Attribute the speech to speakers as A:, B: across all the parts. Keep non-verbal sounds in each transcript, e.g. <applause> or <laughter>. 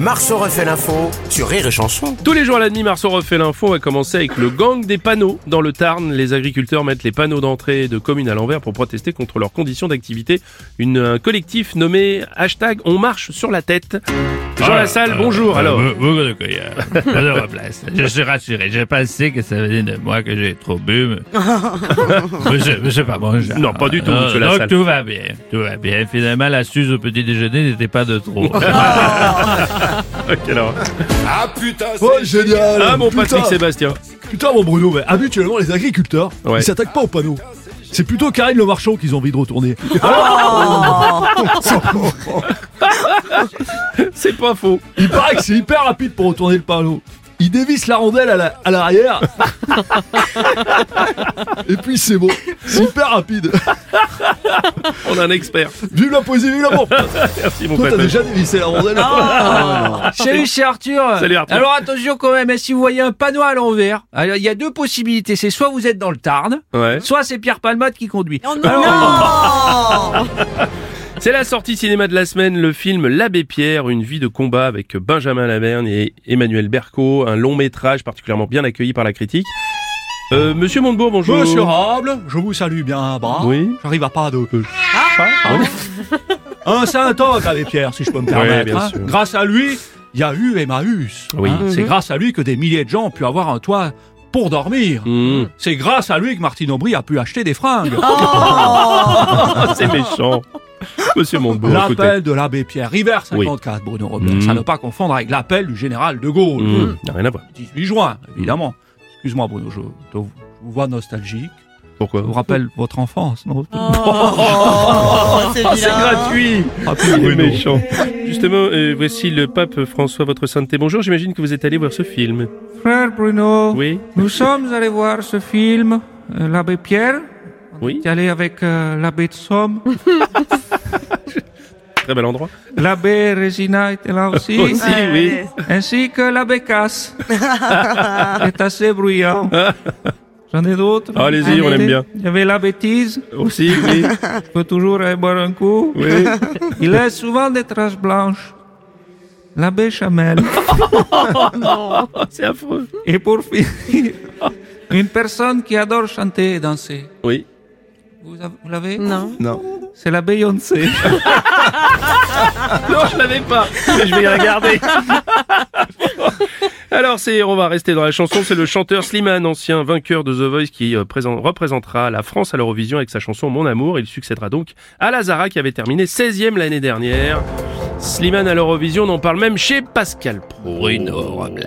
A: Marceau refait l'info sur Rire et Chanson.
B: Tous les jours à la demi, Marceau refait l'info. On va commencer avec le gang des panneaux. Dans le Tarn, les agriculteurs mettent les panneaux d'entrée de communes à l'envers pour protester contre leurs conditions d'activité. Une, un collectif nommé hashtag On marche sur la tête. Jean
C: Ah,
B: Lassalle,
C: euh,
B: bonjour.
C: euh,
B: alors,
C: vous- vous me recueillez, euh, pas de replace. Je suis rassuré. Je pensais que ça venait de moi que j'ai trop bu. Mais,
D: <laughs>
C: mais c'est- mais c'est pas bon. genre.
B: Non, pas du tout,
C: Euh,
B: monsieur
C: donc
B: Lassalle.
C: tout va bien. Tout va bien. Finalement, la suze au petit déjeuner n'était pas de trop.
B: ok, alors.
E: Ah putain, c'est...
F: Oh génial
B: Ah, mon
F: putain,
B: Patrick Sébastien.
F: Putain mon Bruno, mais habituellement les agriculteurs,
B: Ouais.
F: ils s'attaquent pas aux panneaux. C'est plutôt Karine Le Marchand qu'ils ont envie de retourner.
B: C'est pas faux.
F: Il paraît que c'est hyper rapide pour retourner le panneau. Il dévisse la rondelle à la- à l'arrière. Et puis c'est bon. C'est hyper rapide.
B: On a un expert.
F: Vive la poésie, vive l'amour
B: Merci, mon
F: Toi t'as
B: Patrick.
F: déjà dévissé la rondelle
D: <laughs> Salut, c'est Arthur.
B: Salut, Arthur.
D: Alors attention quand même, hein, si vous voyez un panneau à l'envers, alors il y a deux possibilités. C'est soit vous êtes dans le Tarn,
B: Ouais.
D: soit c'est Pierre Palmade qui conduit.
B: C'est la sortie cinéma de la semaine, le film L'Abbé Pierre, une vie de combat avec Benjamin Laverne et Emmanuel Berco, un long métrage particulièrement bien accueilli par la critique. Euh, Monsieur Montebourg, bonjour.
F: Monsieur Rable, je vous salue bien bras.
B: Oui.
F: J'arrive à pas de...
B: Ah, oui.
F: Un saint homme avec Pierre, si je peux me permettre.
B: bien
F: hein.
B: sûr.
F: Grâce à lui, il y a eu Emmaüs. hein.
B: Oui. Mhm.
F: C'est grâce à lui que des milliers de gens ont pu avoir un toit pour dormir.
B: Mmh.
F: C'est grâce à lui que Martine Aubry a pu acheter des fringues.
B: Ah, c'est méchant. Monsieur Montebourg, écoutez.
F: L'appel de l'abbé Pierre River, 54, Bruno Robles.
B: Mm.
F: À ne pas confondre avec l'appel du général de Gaulle,
B: Mmh, n'a rien à voir.
F: 18 juin,
B: Mhm.
F: évidemment. Excuse-moi, Bruno, je, je vous vois nostalgique.
B: Pourquoi
F: Ça vous rappelle votre enfance, non
G: c'est
B: C'est gratuit
F: Ah, puis
B: Il est
F: Bruno.
B: méchant. Justement, euh, voici le pape François, votre sainteté. Bonjour, j'imagine que vous êtes allé voir ce film.
D: Frère Bruno,
B: Oui
D: nous sommes allés voir ce film, euh, l'abbé Pierre.
B: Oui.
D: est allé avec euh, l'abbé de
B: <laughs>
D: Somme.
B: Très bel endroit.
D: L'abbé Résina était là aussi.
B: Aussi, oui.
D: <laughs> ainsi que l'abbé
B: <laughs>
D: Casse. est assez bruyant. J'en ai d'autres.
B: Allez-y, on aime bien.
D: Il y avait la bêtise.
B: Aussi, oui.
D: peut toujours aller boire un coup.
B: oui.
D: Il laisse souvent des traces blanches. La béchamel.
B: Oh, c'est affreux.
D: Et pour finir, <laughs> une personne qui adore chanter et danser.
B: Oui.
D: Vous avez- vous l'avez
G: Non.
D: C'est la <laughs> Beyoncé.
B: Non, je l'avais pas. Mais je vais y regarder. <laughs> Alors, c'est, on va rester dans la chanson. C'est le chanteur Slimane, ancien vainqueur de The Voice, qui euh, présent- représentera la France à l'Eurovision avec sa chanson Mon Amour. Il succédera donc à Lazara, qui avait terminé 16e l'année dernière. Slimane à l'Eurovision, on en parle même chez Pascal Pro.
C: Bruno Robles,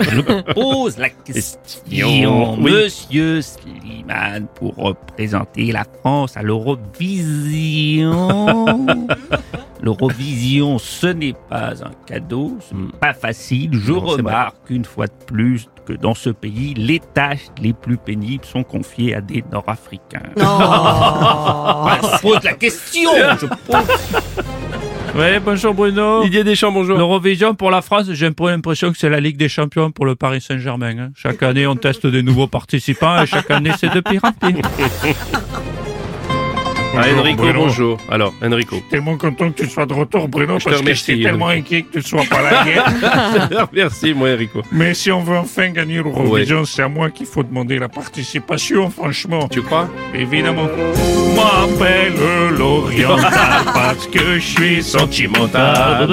C: je me pose la question.
B: Oui.
C: Monsieur Slimane, pour représenter la France à l'Eurovision. L'Eurovision, ce n'est pas un cadeau, ce n'est pas facile. Je
B: Non, c'est
C: remarque une fois de plus que dans ce pays, les tâches les plus pénibles sont confiées à des Nord-Africains. <laughs> Ah, je pose la question je pose-
D: Oui, bonjour Bruno.
B: Didier Deschamps, bonjour.
D: L'Eurovision pour la France, j'ai un peu l'impression que c'est la Ligue des Champions pour le Paris Saint-Germain. hein. Chaque année, on teste des nouveaux participants et chaque année, c'est de pire en pire.
B: Ah, Enrico,
C: Bruno.
B: bonjour. Alors, <laughs> Enrico.
C: tellement content que tu sois de retour, Bruno,
B: Je te
C: parce que
B: remercie,
C: j'étais tellement inquiet que tu ne sois pas là hier.
B: <laughs> Merci, moi, Enrico.
C: Mais si on veut enfin gagner l'Eurovision, c'est à moi qu'il faut demander la participation, franchement.
B: Tu crois
C: Évidemment. M'appelle l'Oriental parce que je suis
B: Ah.
C: sentimental.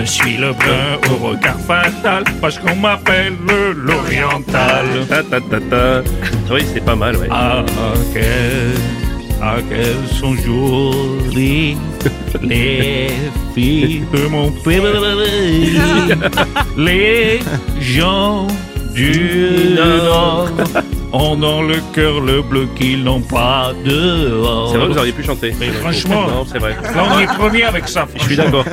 C: Je suis le brun au regard fatal parce qu'on m'appelle l'Oriental.
B: Ta ta ta ta. Oui, c'est pas mal, ouais.
C: Ah, quel, ah, quelles sont
B: <laughs>
C: jolies les filles de mon pays.
B: <laughs>
C: Les gens du
B: <laughs>
C: Nord ont dans le cœur le bleu qu'ils n'ont pas dehors.
B: C'est vrai, vous auriez pu chanter.
C: Mais franchement.
B: Non, c'est vrai.
C: Là, on est premier avec ça.
B: Je suis d'accord.